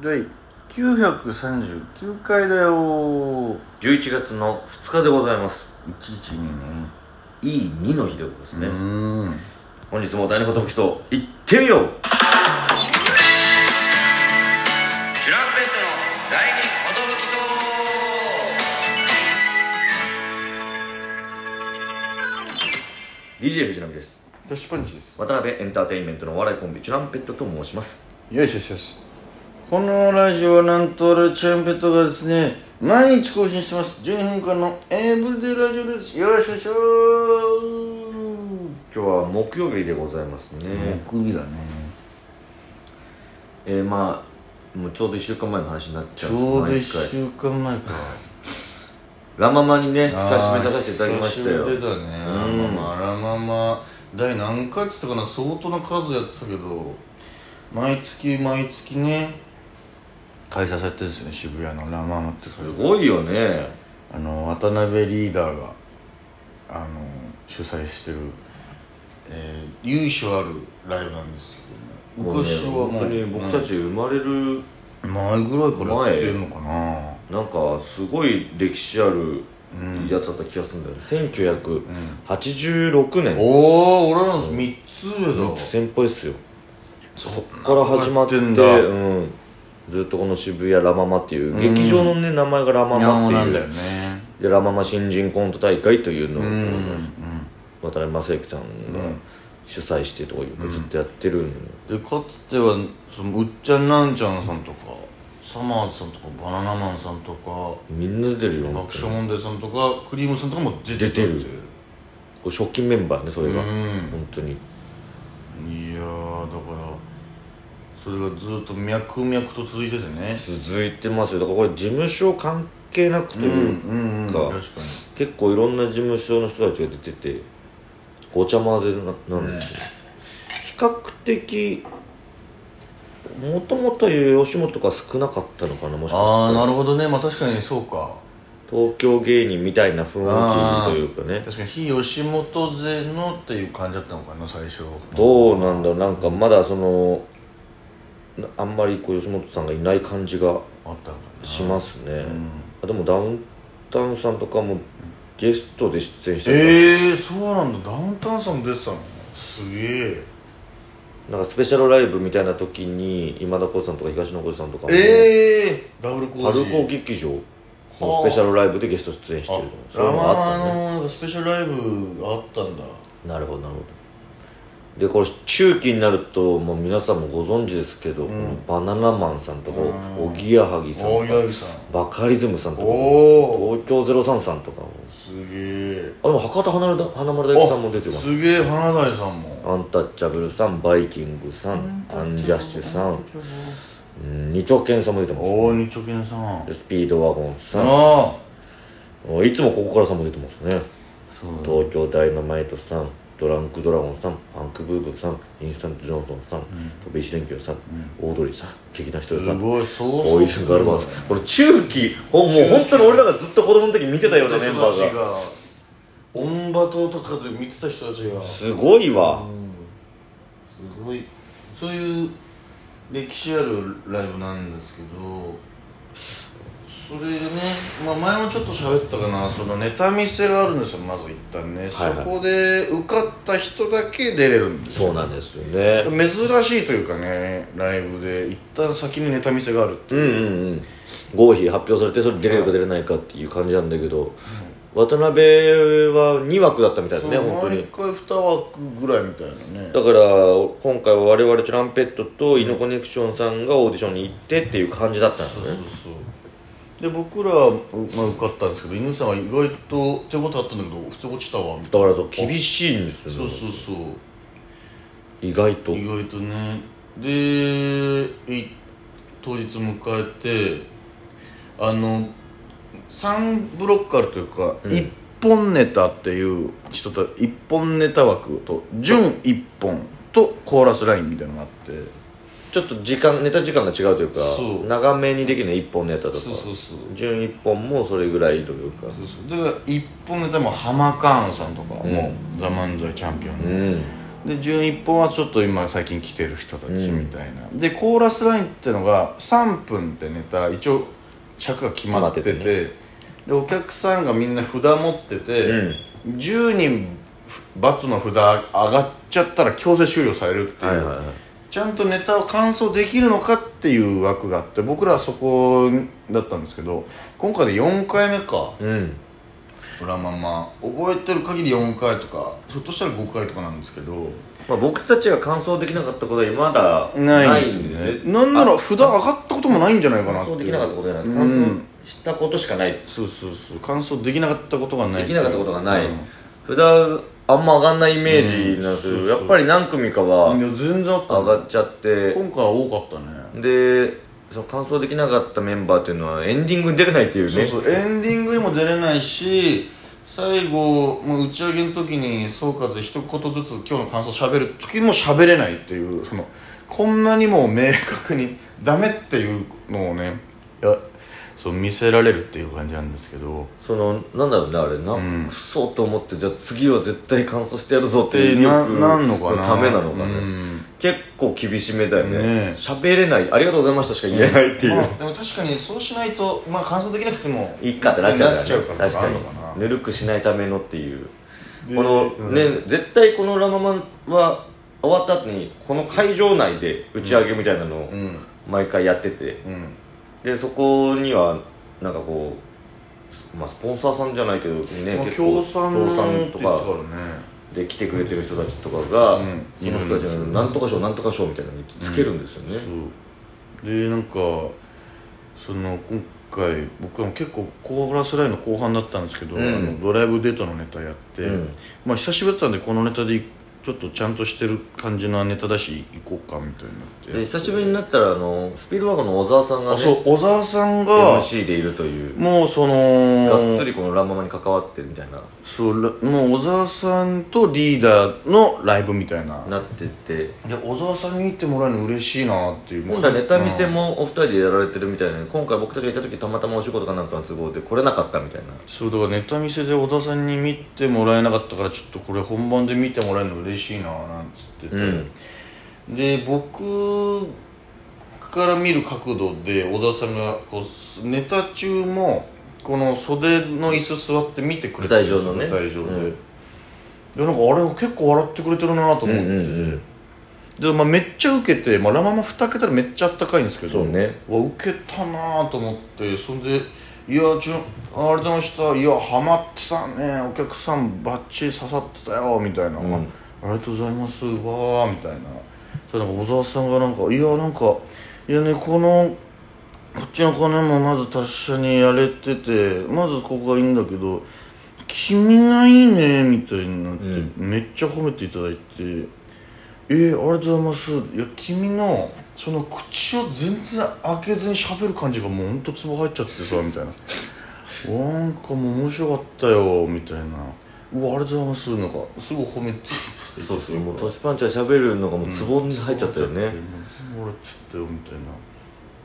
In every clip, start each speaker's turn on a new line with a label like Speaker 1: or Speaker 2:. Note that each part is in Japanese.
Speaker 1: 第939回だよ
Speaker 2: 11月の2日でございます
Speaker 1: 112ね
Speaker 2: E2 の日でございますね、
Speaker 1: うん
Speaker 2: 本日も第二言武器と行ってみようチュランペットの第二言武器と DJ 藤波です
Speaker 1: ダッシュパンチです
Speaker 2: 渡辺エンターテインメントのお笑いコンビチュランペットと申します
Speaker 1: よしよしよしこのラジオはなんと俺チャンペットがですね毎日更新してます12分間のエブリデイラジオですよろしくお願いしま
Speaker 2: 今日は木曜日でございますね、
Speaker 1: す木曜日だね
Speaker 2: えー、まあもうちょうど1週間前の話になっち
Speaker 1: ち
Speaker 2: ゃ
Speaker 1: ょ
Speaker 2: う
Speaker 1: うん
Speaker 2: です
Speaker 1: ど1
Speaker 2: 毎回
Speaker 1: 週間前か
Speaker 2: ラ・ママにね久しぶりに出させていただきましたよ
Speaker 1: 久しぶりに出たね
Speaker 2: うん
Speaker 1: まあまあまあまあ第何回って言ったかな相当な数やってたけど毎月毎月ね開催されてるんですよね渋谷のラ・ママって
Speaker 2: すごいよね
Speaker 1: あの渡辺リーダーがあの主催してる、えー、由緒あるライブなんですけども昔はもう
Speaker 2: 本当に僕たち生まれる
Speaker 1: 前ぐらいからやってるのかな
Speaker 2: なんかすごい歴史あるやつだった気がするんだよね、1986年
Speaker 1: おお俺らの3つ上だ
Speaker 2: 先輩っすよ
Speaker 1: そ
Speaker 2: そっから始まって
Speaker 1: やって
Speaker 2: ん
Speaker 1: んだ
Speaker 2: うん、ずっとこの渋谷ラ・ママっていう劇場のね名前がラ・ママっていう
Speaker 1: ね
Speaker 2: でラ・ママ新人コント大会というのを
Speaker 1: う
Speaker 2: こ
Speaker 1: ん
Speaker 2: の
Speaker 1: うん
Speaker 2: 渡辺正行さんが主催してとかいうかずっとやってるんよ
Speaker 1: でかつてはそのうっちゃんなんちゃんさんとかサマーズさんとかバナナマンさんとか
Speaker 2: みんな出てるよ
Speaker 1: 爆
Speaker 2: 本当
Speaker 1: 笑問
Speaker 2: に
Speaker 1: 題さんとかクリームさんとかも出てたっていう
Speaker 2: 出てこう初期メンバーねそれが
Speaker 1: うん
Speaker 2: 本当に
Speaker 1: いやーだからそれがずっと脈々と続いててね
Speaker 2: 続いてますよだからこれ事務所関係なくという
Speaker 1: う
Speaker 2: か、
Speaker 1: ん確かに
Speaker 2: 結構いろんな事務所の人たちが出ててごちゃ混ぜななんですけど、比較的もともという吉本が少なかったのかなもしか
Speaker 1: ああ
Speaker 2: した
Speaker 1: なる
Speaker 2: ら
Speaker 1: ほどねまあ確かにそうか
Speaker 2: 東京芸人みたいな雰囲
Speaker 1: あ
Speaker 2: 気
Speaker 1: ー
Speaker 2: というかね
Speaker 1: 確かに非吉本勢のっていう感じだったのかな最初
Speaker 2: どうなんだろうなんかまだそのなあんまりこう吉本さんがいない感じが
Speaker 1: あったのかな
Speaker 2: しますね、
Speaker 1: ん
Speaker 2: あでもダウンタウンさんとかもゲストで出演してましたね
Speaker 1: ええー、そうなんだダウンタウンさんも出てたのすげえ
Speaker 2: なんかスペシャルライブみたいな時に今田耕司さんとか東野耕司さんとかも
Speaker 1: ええー、ダブルコ
Speaker 2: 春
Speaker 1: ー
Speaker 2: 高劇場のスペシャルライブでゲスト出演してるとか
Speaker 1: ラマ
Speaker 2: があった
Speaker 1: マ
Speaker 2: ね
Speaker 1: のなんかスペシャルライブあったんだ
Speaker 2: なるほどなるほどでこれ中期になるともう皆さんもご存知ですけど、このバナナマンさんとか
Speaker 1: うん
Speaker 2: おぎやはぎさん
Speaker 1: 大
Speaker 2: とか
Speaker 1: 八木さん
Speaker 2: バカリズムさんとか
Speaker 1: お
Speaker 2: 東京03さんとかも
Speaker 1: すげえ
Speaker 2: あでも博多華丸だ華丸大吉さんも出てます
Speaker 1: すげえ花大さんも
Speaker 2: アンタッチャブルさんバイキングさんアンジャッシュさんうん二丁拳さんも出てます
Speaker 1: おお日直健さん
Speaker 2: でスピードワゴンさん
Speaker 1: あ
Speaker 2: あいつもここからさんも出てますね
Speaker 1: そう
Speaker 2: 東京ダイナマイトさんドランクドラゴンさんパンクブーブーさんインスタントジョンソンさん飛び石連休さん、オードリーさん劇団ひとりさ
Speaker 1: す
Speaker 2: ん
Speaker 1: ごいそう
Speaker 2: 大泉ガルバンさんこの中期をもう本当に俺らがずっと子供の時見てたようなメンバーが
Speaker 1: がオンバトとかで見てた人たちがうんす
Speaker 2: すごいわ、
Speaker 1: ごいそういう歴史あるライブなんですけどそれでね、まあ、前もちょっと喋ったかなそのネタ見せがあるんですよまず一旦ね、
Speaker 2: はいはい
Speaker 1: そこで受かった人だけ出れるんです
Speaker 2: そうなんですよね
Speaker 1: 珍しいというかねライブで一旦先にネタ見せがあるって
Speaker 2: うんうんうん合否発表されてそれ出れるか出れないかっていう感じなんだけど、渡辺は2枠だったみたいだね
Speaker 1: そう
Speaker 2: 本当に
Speaker 1: 毎回2枠ぐらいみたいなね
Speaker 2: だから今回は我々トランペットとイノコネクションさんがオーディションに行ってっていう感じだったん
Speaker 1: そう
Speaker 2: で
Speaker 1: そう
Speaker 2: すね
Speaker 1: そうで僕らは、まあ、受かったんですけど犬さんは意外と手応えあったんだけど普通落ちたわみたい
Speaker 2: だからそう厳しいんです
Speaker 1: な
Speaker 2: よ、
Speaker 1: そう
Speaker 2: ね、
Speaker 1: そうそう
Speaker 2: 意外と
Speaker 1: 意外とねでい当日迎えてあの3ブロックあるというか、
Speaker 2: うん
Speaker 1: 一本ネタっていう人と一本ネタ枠と準一本とコーラスラインみたいなのがあって
Speaker 2: ちょっと時間ネタ時間が違うというか
Speaker 1: そう
Speaker 2: 長めにできない1本ネタとか
Speaker 1: そうそうそう
Speaker 2: 順1本もそれぐらいというか
Speaker 1: そうそうだから一本ネタもハマカーンさんとか、
Speaker 2: うん
Speaker 1: もう「ザ・漫才チャンピオン
Speaker 2: う」ん
Speaker 1: で順一本はちょっと今最近来てる人たちみたいな、でコーラスラインってのが3分ってネタ一応尺が決まってて
Speaker 2: 決まって
Speaker 1: でお客さんがみんな札持ってて、
Speaker 2: うん
Speaker 1: 10人×の札上がっちゃったら強制終了されるっていう、
Speaker 2: はいはいはい
Speaker 1: ちゃんとネタを完走できるのかっていう枠があって僕らはそこだったんですけど今回で4回目か
Speaker 2: うん
Speaker 1: ドラマま覚えてる限り4回とかひょっとしたら5回とかなんですけど
Speaker 2: まあ、僕たちが完走できなかったことはまだ
Speaker 1: ないんです
Speaker 2: ん
Speaker 1: ね
Speaker 2: で
Speaker 1: なんな
Speaker 2: あ
Speaker 1: ら札上がったこともないんじゃないかな
Speaker 2: 完
Speaker 1: って
Speaker 2: 走できなかったことじゃないです
Speaker 1: う
Speaker 2: 完
Speaker 1: ん
Speaker 2: 走したことしかない
Speaker 1: そうそうそう完走できなかったことがない
Speaker 2: できなかったことがない、
Speaker 1: うん
Speaker 2: 普段あんま上がんないイメージなんですけど、
Speaker 1: うん
Speaker 2: やっぱり何組か
Speaker 1: い
Speaker 2: は
Speaker 1: や全然あった
Speaker 2: 上がっちゃっ
Speaker 1: 今
Speaker 2: て
Speaker 1: 回は多かったね
Speaker 2: でその完走できなかったメンバーっていうのはエンディングに出れないっていうね
Speaker 1: そうそうエンディングにも出れないし最後もう打ち上げの時に総括で一言ずつ今日の感想喋る時も喋れないっていうそのこんなにも明確にダメっていうのをねいやそう見せられるっていう感じなんですけど
Speaker 2: そのなんだろうねあれな、
Speaker 1: うん
Speaker 2: クソと思ってじゃあ次は絶対完走してやるぞっていう
Speaker 1: で
Speaker 2: 意
Speaker 1: な
Speaker 2: 欲
Speaker 1: なんのかな
Speaker 2: ためなのかね、
Speaker 1: うん
Speaker 2: 結構厳しめだよ
Speaker 1: ね
Speaker 2: ね喋、れないありがとうございましたしか言えないっていう、
Speaker 1: まあでも確かにそうしないとまあ感想できなくても
Speaker 2: いっかってなっちゃうから,、ね、
Speaker 1: なっちゃうからと
Speaker 2: 確か
Speaker 1: あるのかな
Speaker 2: にぬるくしないためのっていう
Speaker 1: で
Speaker 2: この、
Speaker 1: うん
Speaker 2: ね絶対このラ・ママは終わった後にこの会場内で打ち上げみたいなのを
Speaker 1: うん
Speaker 2: 毎回やってて
Speaker 1: うん
Speaker 2: でそこにはなんかこう、まあ、スポンサーさんじゃないけどね、
Speaker 1: まあ
Speaker 2: 結構
Speaker 1: 協賛
Speaker 2: 協賛
Speaker 1: と
Speaker 2: と
Speaker 1: か
Speaker 2: か
Speaker 1: ね
Speaker 2: で来てくれてる人たちとかが、
Speaker 1: うん
Speaker 2: その人たち
Speaker 1: いる
Speaker 2: の
Speaker 1: んですよ
Speaker 2: なんとか賞なんとか賞みたいなのにつけるんですよね、
Speaker 1: そうでなんかその今回僕は結構コーラスラインの後半だったんですけど、
Speaker 2: うん
Speaker 1: あのドライブデートのネタやって、
Speaker 2: うん
Speaker 1: まあ久しぶりだったんでこのネタでちょっとちゃんとしてる感じのネタだし行こうかみたいになって
Speaker 2: で久しぶりになったらあのスピードワゴンの小沢さんが
Speaker 1: あそ
Speaker 2: ね
Speaker 1: う小沢さんが
Speaker 2: MC でいるという
Speaker 1: もうその
Speaker 2: がっつりこのラ・ママに関わってるみたいな
Speaker 1: そうらもう小沢さんとリーダーのライブみたいな
Speaker 2: なってて
Speaker 1: で小沢さんに行ってもらえるの嬉しいなっていう
Speaker 2: 今度はネタ見せもお二人でやられてるみたいなのに今回僕たちがいた時たまたまお仕事かなんかの都合で来れなかったみたいな
Speaker 1: そうだからネタ見せで小田さんに見てもらえなかったからちょっとこれ本番で見てもらえるの嬉しいななんつってて、で僕から見る角度で小田さんがこうネタ中もこの袖の椅子座って見てくれてるんですよ
Speaker 2: 舞台上のね
Speaker 1: 舞台上で、
Speaker 2: うん
Speaker 1: でなんかあれ結構笑ってくれてるなと思って、で、まあ、めっちゃウケて、まあ、ラ・ママ2桁でめっちゃあったかいんですけど
Speaker 2: そうね
Speaker 1: わウケたなと思ってそれで「いやちょありがとうございましたいやハマってたねお客さんバッチリ刺さってたよ」みたいな、
Speaker 2: うん
Speaker 1: あ「ありがとうございますわー」みたいなそれなんか小沢さんがなんか「いやなんかいやねこのこっちの金もまず達者にやれててまずここがいいんだけど君がいいねみたいになって、
Speaker 2: うん
Speaker 1: めっちゃ褒めていただいて「えー、ありがとうございます」いや君のその口を全然開けずに喋る感じがもうほんとツボ入っちゃってさみたいな「なんかもう面白かったよ」みたいな「うわありがとうございます」なんかすごい褒めて
Speaker 2: そうですねもうトシパンチは喋るのがもうツボに入っちゃったよね、
Speaker 1: もらっちゃったよみたいな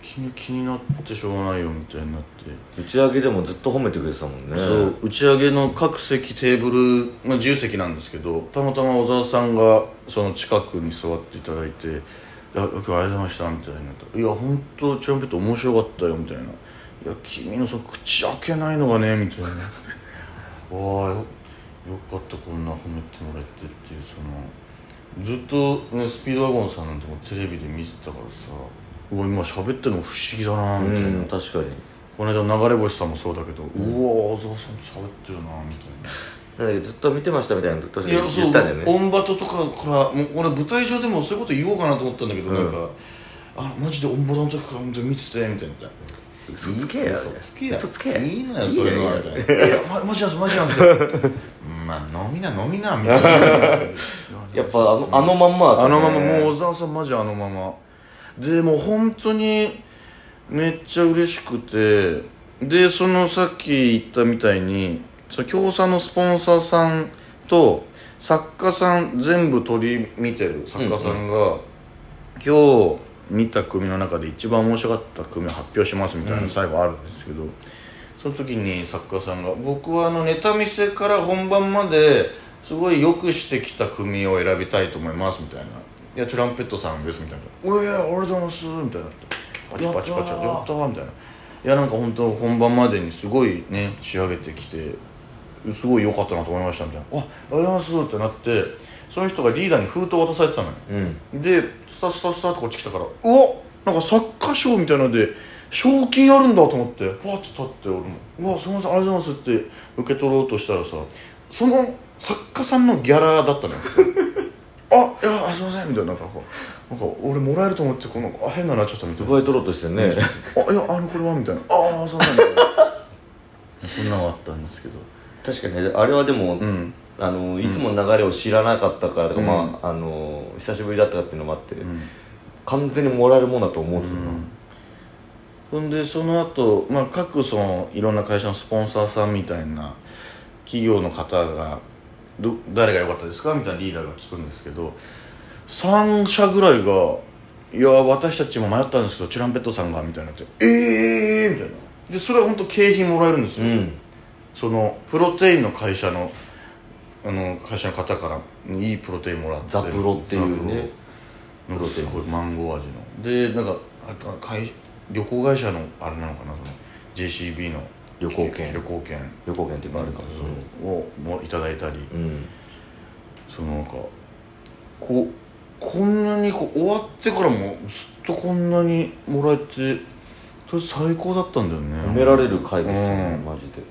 Speaker 1: 君気になってしょうがないよみたいになって、
Speaker 2: 打ち上げでもずっと褒めてくれてたもんね
Speaker 1: そう打ち上げの各席テーブル、まあ、自由席なんですけどたまたま小沢さんがその近くに座っていただいて「いや今日ありがとうございました」みたいになった「いや本当チャンピオンと面白かったよ」みたいな「いや君のその口開けないのがね」みたいな 「わあよよかったこんな褒めてもらえて」っていうそのずっと、ね、スピードワゴンさんなんてもうテレビで見てたからさ「うわ今喋ってるの不思議だな」みたいな。
Speaker 2: うん確かに
Speaker 1: この間流れ星さんもそうだけど、うわ小沢さんと喋ってるなみた
Speaker 2: なんだけどずっと見てましたみたいな確か
Speaker 1: いな
Speaker 2: に言ったんだよね
Speaker 1: オンバトとかからもう俺舞台上でもそういうこと言おうかなと思ったんだけど、なんかあマジでオンバトの時から本当に見ててみたいな
Speaker 2: 嘘つけや
Speaker 1: 嘘つけや
Speaker 2: 嘘つけや
Speaker 1: いいの
Speaker 2: い
Speaker 1: よ
Speaker 2: い
Speaker 1: そういうのはみ
Speaker 2: よ
Speaker 1: た いないやまマジなんですマジなん ですよまあ飲みな飲みなみたい な
Speaker 2: やっぱあのあのまんまだったね
Speaker 1: あのままもう小沢さんマジあのままでもう本当にめっちゃ嬉しくてでそのさっき言ったみたいにその協賛のスポンサーさんと作家さん全部取り見てる作家さんが、今日見た組の中で一番面白かった組を発表しますみたいなの最後あるんですけど、その時に作家さんが僕はあのネタ見せから本番まですごいよくしてきた組を選びたいと思いますみたいな「いやチュランペットさんです」みたいな「おいやありがとうございます」みたいなパチパチパチ
Speaker 2: やったー
Speaker 1: やったーみたいな。いやなんか本当本番までにすごいね仕上げてきてすごい良かったなと思いましたみたいな「あありがとうございます」ってなってその人がリーダーに封筒渡されてたのよ
Speaker 2: うん
Speaker 1: でスタスタスタってこっち来たからうわなんかサッカー賞みたいなので賞金あるんだと思ってわーって立って俺も「うわすみませんありがとうございます」って受け取ろうとしたらさその作家さんのギャラだったのよ あいやすいませんみたいななんかこうなんか俺もらえると思ってこのあ変なのあっちゃったみたいな
Speaker 2: 奪い取ろうとしてね
Speaker 1: あいやあのこれはみたいなああそうなんだ そんなのがあったんですけど
Speaker 2: 確かにねあれはでも、
Speaker 1: うん
Speaker 2: あのいつもの流れを知らなかったからとか、
Speaker 1: うん
Speaker 2: まああの久しぶりだったっていうのもあって、
Speaker 1: うん
Speaker 2: 完全にもらえるもんだと思う
Speaker 1: うん
Speaker 2: ですよな、
Speaker 1: ほんでその後、まあ各そのいろんな会社のスポンサーさんみたいな企業の方がど誰が良かったですかみたいなリーダーが聞くんですけど3社ぐらいが「いや私たちも迷ったんですけどチュランペットさんが」みたいになって「ええー!」みたいなでそれは本当景品もらえるんですよ、
Speaker 2: うん
Speaker 1: そのプロテインの会社のあの会社の方からいいプロテインもらって
Speaker 2: ザプロっていうね
Speaker 1: なんかすごいマンゴー味のでなんかあれか会旅行会社のあれなのかなその JCB の
Speaker 2: 旅行券
Speaker 1: 旅行券
Speaker 2: 旅行券っていうかあるかもし
Speaker 1: そうをもいただいたり、
Speaker 2: れない、うん、
Speaker 1: そのなんかこうこんなにこう終わってからもずっとこんなにもらえてそれ最高だったんだよね
Speaker 2: 褒められる回ですよね、
Speaker 1: うん
Speaker 2: マジで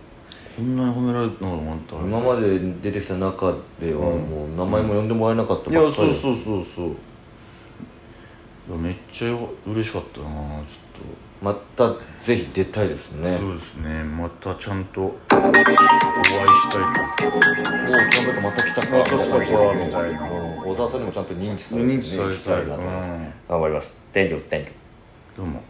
Speaker 1: こんなに褒められるのがあった
Speaker 2: 今まで出てきた中では
Speaker 1: うん
Speaker 2: もう名前も呼んでもらえなかった
Speaker 1: いや
Speaker 2: ばっか
Speaker 1: そ
Speaker 2: り
Speaker 1: うそうそうそういやめっちゃよ嬉しかったなちょっと
Speaker 2: またぜひ出たいですね
Speaker 1: そうですねまたちゃんとお会いしたい
Speaker 2: おうちゃんとまた来たか
Speaker 1: また来たかみたいな
Speaker 2: うん小沢さんにもちゃんと認知
Speaker 1: と
Speaker 2: されてね
Speaker 1: 認知され
Speaker 2: 来た
Speaker 1: たい
Speaker 2: いなと思います
Speaker 1: うん
Speaker 2: 頑張ります Thank you, thank you
Speaker 1: どうも